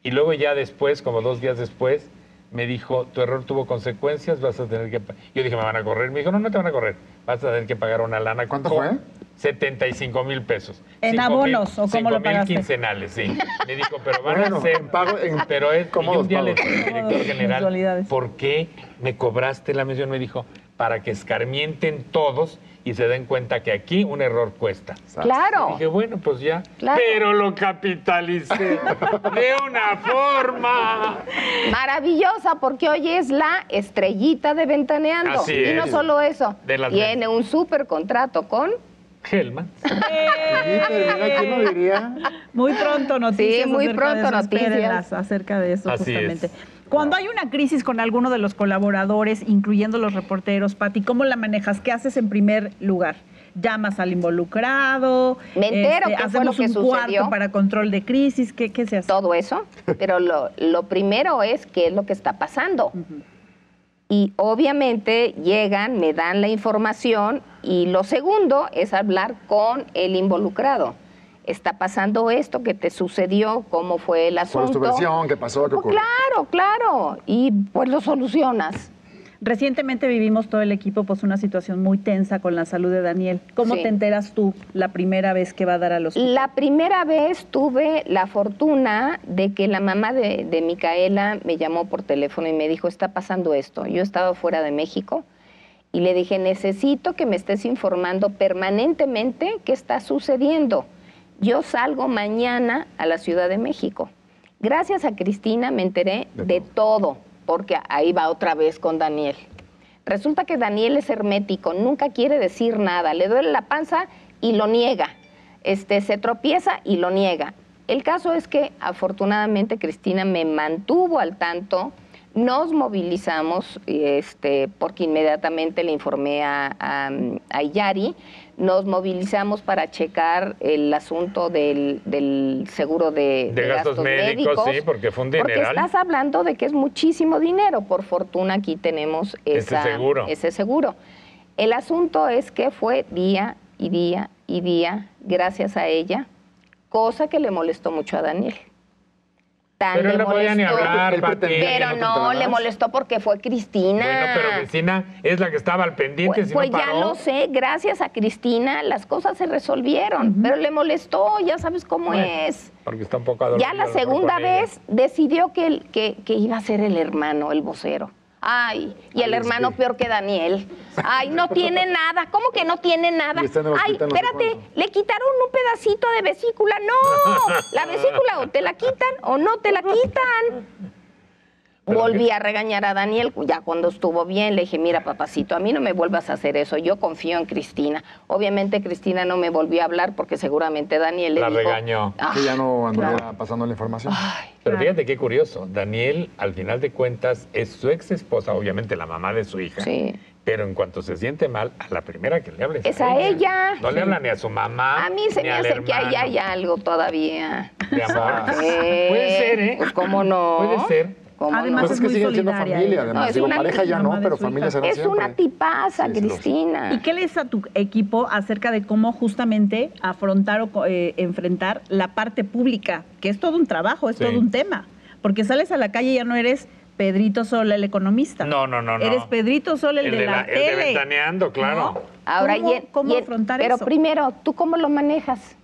Speaker 2: Y luego ya después, como dos días después, me dijo, tu error tuvo consecuencias, vas a tener que... pa-". Yo dije, me van a correr. Me dijo, no, no te van a correr. Vas a tener que pagar una lana.
Speaker 3: ¿Cuánto
Speaker 2: con
Speaker 3: fue?
Speaker 2: 75 mil pesos.
Speaker 1: ¿En
Speaker 2: Cinco
Speaker 1: abonos
Speaker 2: mil-
Speaker 1: o cómo lo
Speaker 2: cinco mil
Speaker 1: pagaste?
Speaker 2: quincenales, sí. Me dijo, pero van
Speaker 3: Bueno,
Speaker 2: a ser...
Speaker 3: en pago- en
Speaker 2: pero es... como
Speaker 3: cómodos
Speaker 2: un día le
Speaker 3: pagos.
Speaker 2: dije al director
Speaker 1: Cómodas
Speaker 2: general,
Speaker 1: mensualidades.
Speaker 2: ¿por qué me cobraste la mención? Me dijo, para que escarmienten todos y se den cuenta que aquí un error cuesta.
Speaker 4: Claro.
Speaker 2: Dije, bueno, pues ya.
Speaker 4: Claro.
Speaker 2: Pero lo capitalicé de una forma.
Speaker 4: Maravillosa, porque hoy es la estrellita de Ventaneando.
Speaker 2: Así
Speaker 4: y no
Speaker 2: es.
Speaker 4: solo eso,
Speaker 2: De las
Speaker 4: tiene
Speaker 2: letras.
Speaker 4: un súper contrato con...
Speaker 2: Helman.
Speaker 3: Peter, mira, ¿quién lo diría?
Speaker 1: Muy pronto noticias.
Speaker 4: Sí, muy
Speaker 1: acerca
Speaker 4: pronto
Speaker 1: de eso,
Speaker 4: noticias.
Speaker 1: espérenlas acerca de eso,
Speaker 2: Así
Speaker 1: justamente.
Speaker 2: es.
Speaker 1: Cuando hay una crisis con alguno de los colaboradores, incluyendo los reporteros, Pati, ¿cómo la manejas? ¿Qué haces en primer lugar? ¿Llamas al involucrado? Este,
Speaker 4: Me entero qué fue
Speaker 1: ¿Hacemos
Speaker 4: lo que
Speaker 1: un
Speaker 4: sucedió.
Speaker 1: cuarto para control de crisis? ¿Qué, qué se hace?
Speaker 4: todo eso, pero lo, lo primero es qué es lo que está pasando. Y obviamente llegan, me dan la información y lo segundo es hablar con el involucrado. Está pasando esto, que te sucedió, cómo fue el
Speaker 3: ¿Cuál es
Speaker 4: asunto.
Speaker 3: tu versión? ¿Qué pasó? ¿Qué
Speaker 4: Pues
Speaker 3: ocurrió?
Speaker 4: claro, claro. Y pues lo solucionas.
Speaker 1: Recientemente vivimos todo el equipo pues una situación muy tensa con la salud de Daniel. ¿Cómo
Speaker 4: Sí.
Speaker 1: te enteras tú la primera vez que va a dar a los...
Speaker 4: La primera vez tuve la fortuna de que la mamá de, de Micaela me llamó por teléfono y me dijo, está pasando esto. Yo estaba fuera de México y le dije, necesito que me estés informando permanentemente qué está sucediendo. Yo salgo mañana a la Ciudad de México. Gracias a Cristina me enteré de todo, porque ahí va otra vez con Daniel. Resulta que Daniel es hermético, nunca quiere decir nada, le duele la panza y lo niega. Este, se tropieza y lo niega. El caso es que afortunadamente Cristina me mantuvo al tanto, nos movilizamos, este, porque inmediatamente le informé a, a, a Yari, nos movilizamos para checar el asunto del, del seguro de,
Speaker 2: De gastos médicos, sí, porque fue un dineral.
Speaker 4: estás hablando de que es muchísimo dinero, por fortuna aquí tenemos
Speaker 2: Ese
Speaker 4: esa-
Speaker 2: seguro.
Speaker 4: ese seguro. El asunto es que fue día y día y día, gracias a ella, cosa que le molestó mucho a Daniel. Tan
Speaker 2: Pero
Speaker 4: le
Speaker 2: él no podía ni
Speaker 4: molestó-
Speaker 2: hablar,
Speaker 3: Él
Speaker 2: Pati.
Speaker 3: pretendía que
Speaker 4: Pero
Speaker 3: te
Speaker 4: no,
Speaker 3: enteraras.
Speaker 4: le molestó porque fue Cristina.
Speaker 2: Bueno, pero vecina es la que estaba al pendiente,
Speaker 4: Pues,
Speaker 2: si
Speaker 4: pues
Speaker 2: no
Speaker 4: ya
Speaker 2: paró.
Speaker 4: lo sé, gracias a Cristina las cosas se resolvieron, pero le molestó, ya sabes cómo
Speaker 2: Bueno,
Speaker 4: es.
Speaker 2: Porque está un poco
Speaker 4: Ya
Speaker 2: adolorido,
Speaker 4: la
Speaker 2: a lo mejor,
Speaker 4: segunda
Speaker 2: con ella.
Speaker 4: vez decidió que, el- que, que iba a ser el hermano, el vocero. Ay, y el
Speaker 3: Ay,
Speaker 4: hermano
Speaker 3: sí.
Speaker 4: peor que Daniel. Ay, no tiene nada. ¿Cómo que no tiene nada?
Speaker 3: Y está en el
Speaker 4: Ay,
Speaker 3: hospital no sé
Speaker 4: espérate,
Speaker 3: cuánto.
Speaker 4: le quitaron un pedacito de vesícula. No, la vesícula o te la quitan o no te la quitan. Volví a regañar a Daniel, ya cuando estuvo bien, le dije, mira, papacito, a mí no me vuelvas a hacer eso, yo confío en Cristina. Obviamente Cristina no me volvió a hablar porque seguramente Daniel le
Speaker 2: La
Speaker 4: dijo,
Speaker 2: regañó.
Speaker 4: "Ah,
Speaker 3: Que ya no anduviera pasando la información.
Speaker 2: Pero fíjate qué curioso. Daniel, al final de cuentas, es su ex esposa, obviamente la mamá de su hija.
Speaker 4: Sí.
Speaker 2: Pero en cuanto se siente mal, a la primera que le hables.
Speaker 4: Es a ella.
Speaker 2: No le habla ni a su mamá.
Speaker 4: A mí se
Speaker 2: Ah, ni
Speaker 4: me
Speaker 2: al
Speaker 4: hace que ahí
Speaker 2: hermano
Speaker 4: hay algo todavía.
Speaker 2: de
Speaker 1: Ah,
Speaker 2: amor.
Speaker 4: Eh,
Speaker 2: Puede ser, ¿eh?
Speaker 4: Pues cómo no.
Speaker 2: Puede ser.
Speaker 4: ¿Cómo
Speaker 1: Además,
Speaker 3: Pues
Speaker 4: no?
Speaker 3: es
Speaker 1: es
Speaker 3: que
Speaker 1: muy
Speaker 3: siguen siendo
Speaker 1: solidaria
Speaker 3: familia,
Speaker 1: ella.
Speaker 3: además.
Speaker 4: No, es
Speaker 3: Digo,
Speaker 4: una-
Speaker 3: pareja ya no,
Speaker 1: mamá de
Speaker 3: pero
Speaker 1: su
Speaker 3: familia
Speaker 1: hija.
Speaker 3: será
Speaker 2: Pues,
Speaker 4: Es
Speaker 3: siempre.
Speaker 4: una tipaza,
Speaker 3: Sí, sí, lo sé.
Speaker 4: Cristina.
Speaker 1: ¿Y qué le dices a tu equipo acerca de cómo justamente afrontar o co- eh, enfrentar la parte pública? Que es todo un trabajo, es
Speaker 2: Sí.
Speaker 1: todo un tema. Porque sales a la calle y ya no eres Pedrito Sol, el economista.
Speaker 2: No, no, no, no.
Speaker 1: Eres Pedrito Sol, el, de, la,
Speaker 2: el de
Speaker 1: tele.
Speaker 2: Ventaneando, claro.
Speaker 1: ¿No?
Speaker 4: Ahora,
Speaker 1: ¿Cómo,
Speaker 4: y en-
Speaker 1: cómo
Speaker 4: y en-
Speaker 1: afrontar
Speaker 4: pero
Speaker 1: eso?
Speaker 4: primero, ¿tú cómo lo manejas?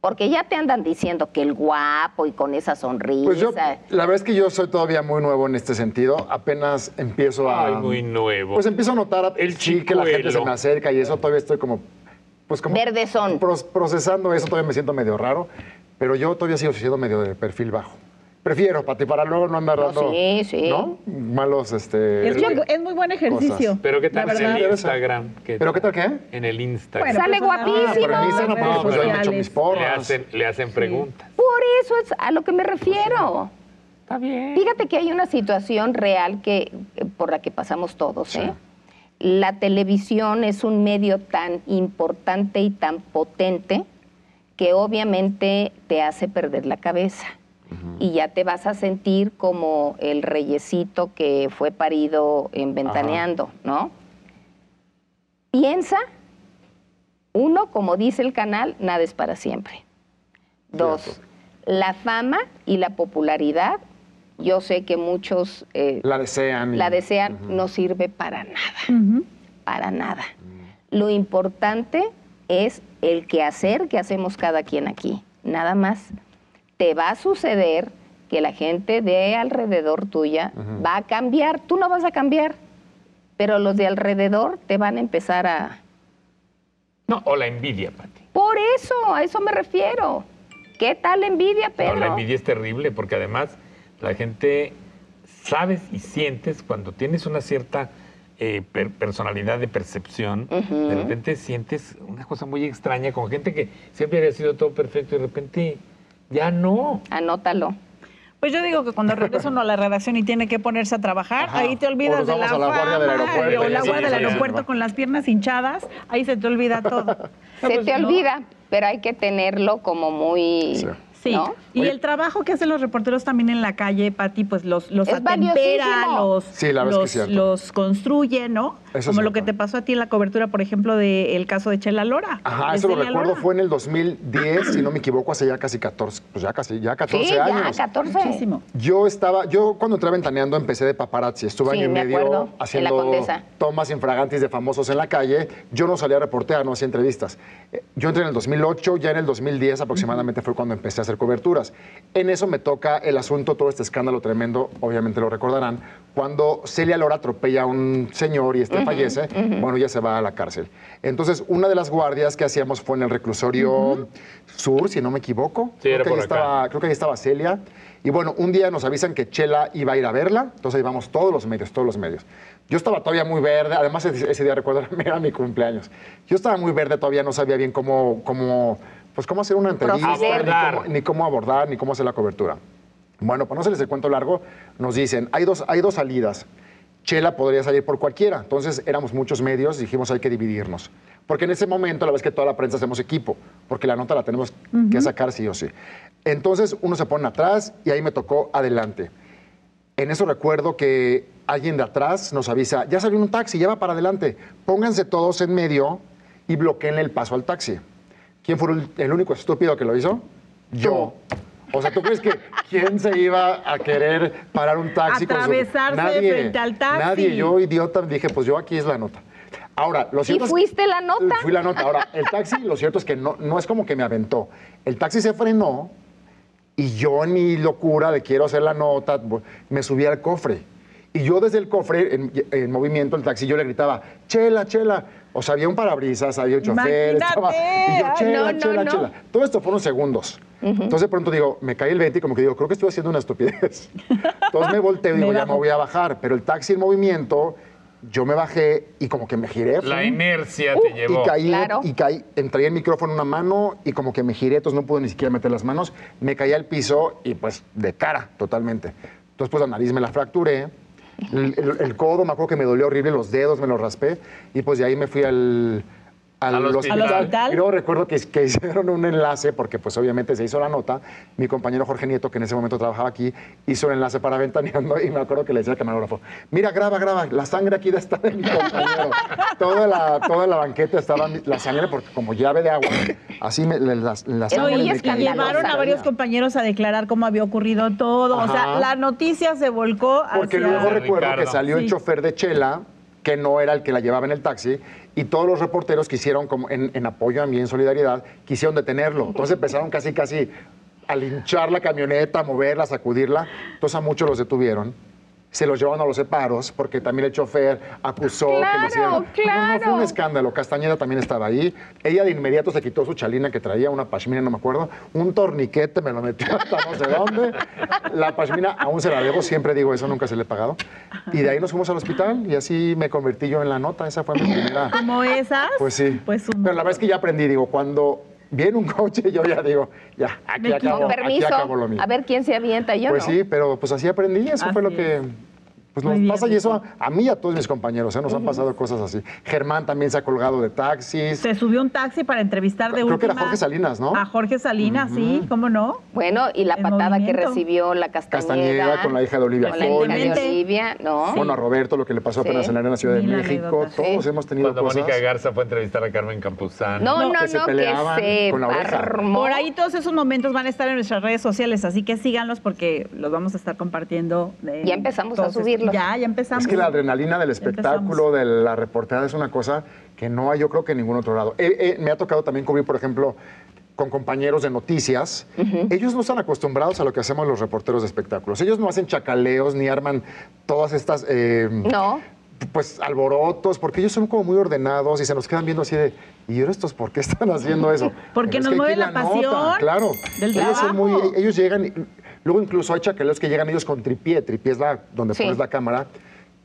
Speaker 4: Porque ya te andan diciendo que el guapo y con esa sonrisa.
Speaker 3: Pues yo, la verdad es que yo soy todavía muy nuevo en este sentido. Apenas empiezo a.
Speaker 2: Ay, muy nuevo.
Speaker 3: Pues empiezo a notar
Speaker 2: El
Speaker 3: el sí, que la gente se
Speaker 2: chicuelo.
Speaker 3: me acerca y eso todavía estoy como. Pues como.
Speaker 4: Verde son.
Speaker 3: pros- procesando eso, todavía me siento medio raro. Pero yo todavía sigo siendo medio de perfil bajo. Prefiero, Pati, para luego no andar
Speaker 4: No,
Speaker 3: dando.
Speaker 4: sí, sí.
Speaker 3: ¿No? Malos, este.
Speaker 1: Es, muy, es muy buen ejercicio.
Speaker 3: Cosas.
Speaker 2: Pero qué
Speaker 1: La
Speaker 2: tal en
Speaker 1: verdad.
Speaker 2: el Instagram.
Speaker 3: ¿Pero qué tal qué?
Speaker 2: En el Instagram.
Speaker 4: Bueno, Sale
Speaker 3: Ah, pero en
Speaker 4: guapísimo.
Speaker 3: Instagram, porque,
Speaker 2: No,
Speaker 3: pues yo
Speaker 2: pero-
Speaker 3: me echo mis
Speaker 2: le
Speaker 3: porras.
Speaker 2: hacen, le hacen preguntas.
Speaker 4: Por eso es a lo que me refiero.
Speaker 2: Pues Está bien.
Speaker 4: Fíjate que hay una situación real que, eh, por la que pasamos todos. ¿eh? La televisión es un medio tan importante y tan potente que obviamente te hace perder la cabeza. Y ya te vas a sentir como el reyesito que fue parido en Ventaneando, ¿no? Piensa, uno, como dice el canal, nada es para siempre. Dos, la fama y la popularidad, yo sé que muchos eh,
Speaker 3: La desean. y-
Speaker 4: la desean, no sirve para nada, para nada. Lo importante es el quehacer que hacemos cada quien aquí, nada más. Te va a suceder que la gente de alrededor tuya va a cambiar, tú no vas a cambiar, pero los de alrededor te van a empezar a...
Speaker 2: No, o la envidia, Pati.
Speaker 4: Por eso, a eso me refiero. ¿Qué tal la envidia, Pedro?
Speaker 2: No, la envidia es terrible porque además la gente sabes y sientes cuando tienes una cierta eh, per- personalidad de percepción, de repente sientes una cosa muy extraña con gente que siempre había sido todo perfecto y de repente ya no.
Speaker 4: Anótalo.
Speaker 1: Pues yo digo que cuando regresa uno a la redacción y tiene que ponerse a trabajar,
Speaker 3: Ajá.
Speaker 1: ahí te olvidas
Speaker 3: O nos
Speaker 1: de la,
Speaker 3: vamos a la guardia del
Speaker 1: fama,
Speaker 3: aeropuerto,
Speaker 1: o la
Speaker 2: sí,
Speaker 1: guardia del
Speaker 2: sí, sí.
Speaker 1: aeropuerto con las piernas hinchadas, ahí se te olvida todo.
Speaker 4: Se te olvida, pero hay que tenerlo como muy...
Speaker 3: Sí.
Speaker 1: Sí,
Speaker 4: ¿no?
Speaker 1: y el trabajo que hacen los reporteros también en la calle, Pati, pues los, los
Speaker 4: Es
Speaker 1: atempera,
Speaker 4: valiosísimo.
Speaker 1: los,
Speaker 3: Sí, la verdad es que
Speaker 1: los,
Speaker 3: es cierto.
Speaker 1: los construye, ¿no?
Speaker 3: es
Speaker 1: Como lo
Speaker 3: cierto.
Speaker 1: que te pasó a ti en la cobertura, por ejemplo, del caso de Chela Lora.
Speaker 3: Ajá,
Speaker 1: de
Speaker 3: eso lo
Speaker 1: Celia
Speaker 3: recuerdo,
Speaker 1: Lora.
Speaker 3: fue en el 2010, si no me equivoco, hace ya casi 14, pues ya casi, ya 14
Speaker 4: Sí, ya,
Speaker 3: años.
Speaker 4: 14.
Speaker 1: Muchísimo.
Speaker 3: Yo estaba, yo cuando entré a ventaneando empecé de paparazzi, estuve
Speaker 4: Sí,
Speaker 3: año y
Speaker 4: me
Speaker 3: medio
Speaker 4: acuerdo, en La
Speaker 3: haciendo
Speaker 4: Condesa.
Speaker 3: tomas infragantes de famosos en la calle, yo no salía a reportear, no hacía entrevistas. Eh, Yo entré en el 2008, ya en el 2010 aproximadamente fue cuando empecé a hacer coberturas. En eso me toca el asunto, todo este escándalo tremendo, obviamente lo recordarán, cuando Celia Lora atropella a un señor y este fallece, bueno, ya se va a la cárcel. Entonces, una de las guardias que hacíamos fue en el reclusorio sur, si no me equivoco.
Speaker 2: Sí, era
Speaker 3: Creo
Speaker 2: por
Speaker 3: que ahí
Speaker 2: acá.
Speaker 3: estaba Ah, creo que ahí estaba Celia. Y bueno, un día nos avisan que Chela iba a ir a verla, entonces íbamos todos los medios, todos los medios. Yo estaba todavía muy verde, además ese, ese día recuerdo era mi cumpleaños. Yo estaba muy verde, todavía no sabía bien cómo, cómo, pues cómo hacer una entrevista, ni
Speaker 4: Proceder.
Speaker 3: cómo, ni cómo abordar, ni cómo hacer la cobertura. Bueno, para no hacerles el cuento largo, nos dicen, hay dos, hay dos salidas. Chela podría salir por cualquiera. Entonces éramos muchos medios, dijimos hay que dividirnos. Porque en ese momento, la vez que toda la prensa hacemos equipo, porque la nota la tenemos que sacar sí o sí. Entonces uno se pone atrás y ahí me tocó adelante. En eso recuerdo que alguien de atrás nos avisa, ya salió un taxi, ya va para adelante, pónganse todos en medio y bloqueen el paso al taxi. ¿Quién fue el- el único estúpido que lo hizo? Yo. O sea, ¿tú crees que quién se iba a querer parar un taxi? con su-
Speaker 1: Atravesarse frente al taxi.
Speaker 3: Nadie, yo idiota dije, pues yo aquí es la nota. Ahora, lo cierto es-
Speaker 4: fuiste la nota?
Speaker 3: Fui la nota. Ahora, el taxi, lo cierto es que no, no es como que me aventó. El taxi se frenó y yo en mi locura de quiero hacer la nota, bu- me subí al cofre. Y yo desde el cofre, en, en movimiento, el taxi, yo le gritaba, chela, chela. O sea, había un parabrisas, había un chofer,
Speaker 1: Imagínate.
Speaker 3: estaba. Y yo,
Speaker 1: Ay,
Speaker 3: chela,
Speaker 4: no, no,
Speaker 3: chela,
Speaker 4: no.
Speaker 3: chela. Todo esto fueron segundos. Entonces, de pronto digo, me cae el 20 y como que digo, creo que estoy haciendo una estupidez. Entonces me volteo y digo, ya me voy a bajar. Pero el taxi en movimiento, yo me bajé y como que me giré.
Speaker 2: La
Speaker 3: ¡fum!
Speaker 2: inercia te llevó.
Speaker 3: Uh, Y caí,
Speaker 4: Claro.
Speaker 3: y caí, entré el micrófono en una mano y como que me giré, entonces no pude ni siquiera meter las manos, me caí al piso y pues de cara totalmente. Entonces pues la nariz me la fracturé, el, el- el codo me acuerdo que me dolió horrible, los dedos me los raspé y pues de ahí me fui al... Al,
Speaker 2: Al hospital. ¿Al
Speaker 1: hospital?
Speaker 3: Y luego recuerdo que, que hicieron un enlace, porque pues obviamente se hizo la nota. Mi compañero Jorge Nieto, que en ese momento trabajaba aquí, hizo un enlace para Ventaneando y me acuerdo que le decía al camarógrafo, mira, graba, graba, la sangre aquí está de mi compañero. toda, la, toda la banqueta estaba mi- la sangre porque como llave de agua, así me, la, la sangre
Speaker 1: Oye,
Speaker 4: muy
Speaker 1: y
Speaker 3: me
Speaker 1: es que
Speaker 3: caía.
Speaker 1: llevaron a varios compañeros a declarar cómo había ocurrido todo. O sea,
Speaker 3: Ajá.
Speaker 1: la noticia se volcó
Speaker 3: Porque
Speaker 1: hacia-
Speaker 3: luego recuerdo
Speaker 2: Ricardo.
Speaker 3: que salió el
Speaker 1: Sí.
Speaker 3: chofer de Chela, que no era el que la llevaba en el taxi, y todos los reporteros quisieron, como en, en apoyo a mí, en solidaridad, quisieron detenerlo. Entonces empezaron casi, casi a linchar la camioneta, a moverla, a sacudirla. Entonces a muchos los detuvieron. Se los llevaron a los separos porque también el chofer acusó que
Speaker 4: Claro,
Speaker 3: le hicieron. No, No,
Speaker 4: claro.
Speaker 3: fue un escándalo. Castañeda también estaba ahí. Ella de inmediato se quitó su chalina que traía, una pashmina, no me acuerdo. Un torniquete me lo metió hasta no sé dónde. La pashmina aún se la debo, siempre digo eso, nunca se le he pagado. Y de ahí nos fuimos al hospital y así me convertí yo en la nota. Esa fue mi primera.
Speaker 1: Como esas.
Speaker 3: Pues sí.
Speaker 1: Pues un-
Speaker 3: Pero la verdad es que ya aprendí, digo, cuando viene un coche, yo ya digo, ya, aquí
Speaker 1: Me
Speaker 3: acabo,
Speaker 4: Con
Speaker 1: equivoco.
Speaker 3: aquí
Speaker 4: permiso,
Speaker 3: acabo lo mío.
Speaker 4: a ver quién se avienta. Yo
Speaker 3: Pues
Speaker 4: no.
Speaker 3: sí, pero pues así aprendí, eso fue lo
Speaker 1: Así
Speaker 3: que...
Speaker 1: es.
Speaker 3: Pues
Speaker 1: Muy
Speaker 3: nos
Speaker 1: bien,
Speaker 3: pasa y eso a,
Speaker 1: Rico.
Speaker 3: a mí y a todos mis compañeros, ¿eh? nos han pasado cosas así. Germán también se ha colgado de taxis.
Speaker 1: Se subió un taxi para entrevistar de
Speaker 3: Creo que era
Speaker 1: última
Speaker 3: Jorge Salinas, ¿no?
Speaker 1: A Jorge Salinas, sí, ¿cómo no?
Speaker 4: Bueno, y la
Speaker 1: En
Speaker 4: patada que
Speaker 1: movimiento.
Speaker 4: recibió la castañeda.
Speaker 3: Castañeda con la hija de Olivia
Speaker 4: Con la hija de
Speaker 1: Colman.
Speaker 4: Olivia, ¿no?
Speaker 3: Bueno, a Roberto, lo que le pasó
Speaker 4: Sí.
Speaker 3: apenas en la Arena Ciudad de
Speaker 1: Mil
Speaker 3: México.
Speaker 1: anécdotas.
Speaker 3: Todos
Speaker 4: Sí.
Speaker 3: hemos tenido
Speaker 2: Cuando
Speaker 3: cosas.
Speaker 2: Mónica Garza fue a entrevistar a Carmen Campuzano.
Speaker 4: No, no,
Speaker 3: No,
Speaker 4: no,
Speaker 3: que
Speaker 4: que
Speaker 3: se
Speaker 4: se,
Speaker 3: peleaban con la oreja.
Speaker 4: armó.
Speaker 1: Por ahí todos esos momentos van a estar en nuestras redes sociales, así que síganlos porque los vamos a estar compartiendo. de-
Speaker 4: Ya empezamos a
Speaker 1: todos estos-
Speaker 4: subirlos.
Speaker 1: Ya, ya empezamos.
Speaker 3: Es que la adrenalina del espectáculo,
Speaker 1: empezamos.
Speaker 3: de la reporteada, es una cosa que no hay, yo creo que en ningún otro lado. Eh, eh, me ha tocado también cubrir, por ejemplo, con compañeros de noticias. Ellos no están acostumbrados a lo que hacemos los reporteros de espectáculos. Ellos no hacen chacaleos ni arman todas estas. eh,
Speaker 4: No.
Speaker 3: Pues alborotos, porque ellos son como muy ordenados y se nos quedan viendo así de, ¿y ahora estos por qué están haciendo eso?
Speaker 1: Porque
Speaker 3: Pero es
Speaker 1: nos
Speaker 3: que
Speaker 1: mueve
Speaker 3: aquí
Speaker 1: la pasión
Speaker 3: claro.
Speaker 1: del
Speaker 3: ellos, son muy,
Speaker 1: trabajo.
Speaker 3: ellos llegan, y- luego incluso hay chacaleos que llegan ellos con tripié, tripié es la, donde
Speaker 4: Sí.
Speaker 3: pones la cámara,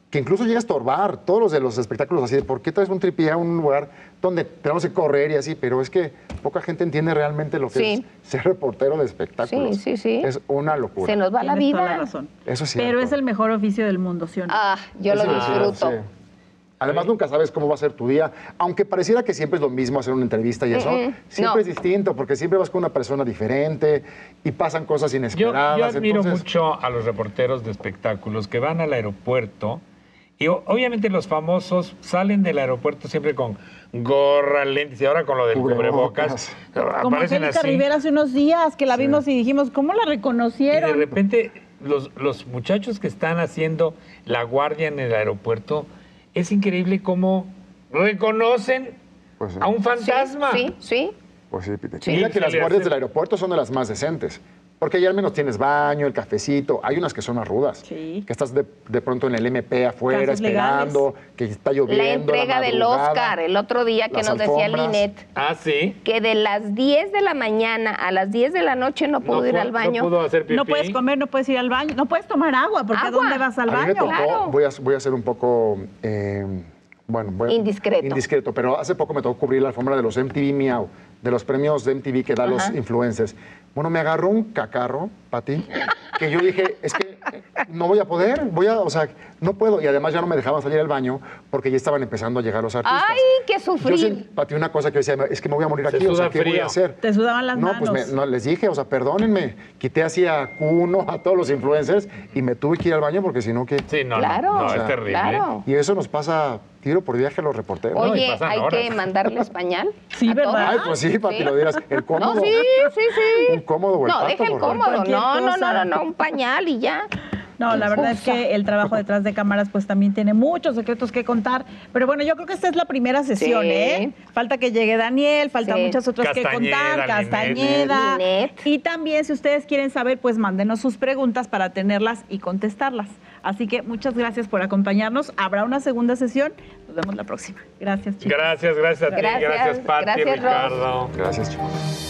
Speaker 3: que incluso llega a estorbar todos los de los espectáculos así de, ¿por qué traes un tripié a un lugar donde tenemos que correr y así? Pero es que poca gente entiende realmente lo que
Speaker 4: Sí.
Speaker 3: es ser reportero de espectáculos.
Speaker 4: Sí, sí, sí.
Speaker 3: Es una locura.
Speaker 4: Se nos va la
Speaker 1: Tienes toda la
Speaker 4: vida.
Speaker 1: razón.
Speaker 3: Eso es cierto.
Speaker 1: Pero es el mejor oficio del mundo, ¿sí o no?
Speaker 4: Ah, yo lo
Speaker 3: Sí, sí,
Speaker 4: disfruto.
Speaker 3: sí. Además, nunca sabes cómo va a ser tu día. Aunque pareciera que siempre es lo mismo hacer una entrevista y eso,
Speaker 4: Mm-mm,
Speaker 3: siempre
Speaker 4: Mm, no.
Speaker 3: es distinto, porque siempre vas con una persona diferente y pasan cosas
Speaker 2: Yo,
Speaker 3: inesperadas.
Speaker 2: yo admiro
Speaker 3: entonces-
Speaker 2: mucho a los reporteros de espectáculos que van al aeropuerto y o- obviamente los famosos salen del aeropuerto siempre con gorra, lentes y ahora con lo del
Speaker 3: Cubrebocas.
Speaker 2: cubrebocas.
Speaker 1: Como
Speaker 2: aparecen
Speaker 1: Angélica
Speaker 2: así
Speaker 1: Rivera hace unos días que la vimos y dijimos, ¿cómo la
Speaker 2: y de
Speaker 1: reconocieron?
Speaker 2: repente los, los muchachos que están haciendo la guardia en el aeropuerto, es increíble cómo reconocen
Speaker 3: Pues sí.
Speaker 2: a un fantasma.
Speaker 4: Sí, sí.
Speaker 3: Pues sí, Pite.
Speaker 2: Sí,
Speaker 3: Mira que
Speaker 2: sí,
Speaker 3: las
Speaker 2: le
Speaker 3: guardias
Speaker 2: hacen.
Speaker 3: del aeropuerto son de las más decentes. Porque ahí al menos tienes baño, el cafecito. Hay unas que son más rudas.
Speaker 1: Sí.
Speaker 3: Que estás de, de pronto en el MP afuera
Speaker 1: Casos
Speaker 3: esperando, que está lloviendo.
Speaker 4: La entrega del
Speaker 3: madrugada.
Speaker 4: Oscar, el otro día que
Speaker 3: las
Speaker 4: nos decía
Speaker 3: alfombras.
Speaker 4: Linet,
Speaker 2: Ah, sí.
Speaker 4: que de las 10 de la mañana a las 10 de la noche no pudo
Speaker 2: No
Speaker 4: ir
Speaker 2: pu-
Speaker 4: al baño.
Speaker 2: No pudo hacer pipí.
Speaker 1: No puedes comer, no puedes ir al baño, no puedes tomar agua, porque ¿a
Speaker 4: Agua.
Speaker 1: dónde vas al
Speaker 3: a mí me
Speaker 1: baño?
Speaker 3: tocó,
Speaker 4: Claro.
Speaker 3: voy, a, voy a ser un poco, eh, bueno, voy a-
Speaker 4: Indiscreto.
Speaker 3: Indiscreto, pero hace poco me tocó cubrir la alfombra de los MTV Miau, de los premios de MTV que da los influencers. Bueno, me agarró un cacarro, Pati, que yo dije, es que no voy a poder, voy a, o sea, no puedo. Y además ya no me dejaban salir al baño porque ya estaban empezando a llegar los artistas.
Speaker 4: ¡Ay, qué sufrir!
Speaker 3: Yo sentí, Pati, una cosa que decía, es que me voy a morir
Speaker 2: Se
Speaker 3: aquí, o sea,
Speaker 2: suda
Speaker 3: ¿qué voy
Speaker 2: frío.
Speaker 3: a hacer?
Speaker 1: Te sudaban las
Speaker 3: no,
Speaker 1: manos.
Speaker 3: Pues me- no, les dije, o sea, perdónenme, quité así a Cuno, a todos los influencers y me tuve que ir al baño porque si no, que...
Speaker 2: Sí, no, no,
Speaker 4: Claro,
Speaker 2: no,
Speaker 4: claro.
Speaker 2: es terrible.
Speaker 3: Y eso nos pasa tiro por viaje a los reporteros.
Speaker 2: Oye,
Speaker 4: Oye,
Speaker 2: pasan
Speaker 4: hay que
Speaker 2: horas.
Speaker 4: mandarles pañal.
Speaker 1: Sí,
Speaker 4: a
Speaker 1: ¿verdad?
Speaker 3: Ay, pues sí, para
Speaker 4: Oh, Sí.
Speaker 3: que lo dieras. El cómodo.
Speaker 4: No, sí, sí, sí.
Speaker 3: Un cómodo o el
Speaker 4: No,
Speaker 3: pato,
Speaker 4: deja el
Speaker 3: por favor.
Speaker 4: cómodo.
Speaker 1: Cualquier
Speaker 4: No, no, no,
Speaker 1: cosa.
Speaker 4: no, no, un pañal y ya.
Speaker 1: No, la verdad es que el trabajo detrás de cámaras pues también tiene muchos secretos que contar. Pero bueno, yo creo que esta es la primera sesión,
Speaker 4: Sí.
Speaker 1: ¿eh? Falta que llegue Daniel, falta
Speaker 4: Sí.
Speaker 1: muchas otras que
Speaker 2: Castañeda,
Speaker 1: contar,
Speaker 2: Linet.
Speaker 1: Castañeda.
Speaker 4: Linet.
Speaker 1: Y también si ustedes quieren saber, pues mándenos sus preguntas para tenerlas y contestarlas. Así que muchas gracias por acompañarnos. Habrá una segunda sesión. Nos vemos la próxima. Gracias, chicos.
Speaker 2: Gracias, gracias a ti,
Speaker 4: Gracias,
Speaker 2: gracias Pati,
Speaker 4: gracias, Ros.
Speaker 2: Ricardo.
Speaker 3: Gracias, chicos.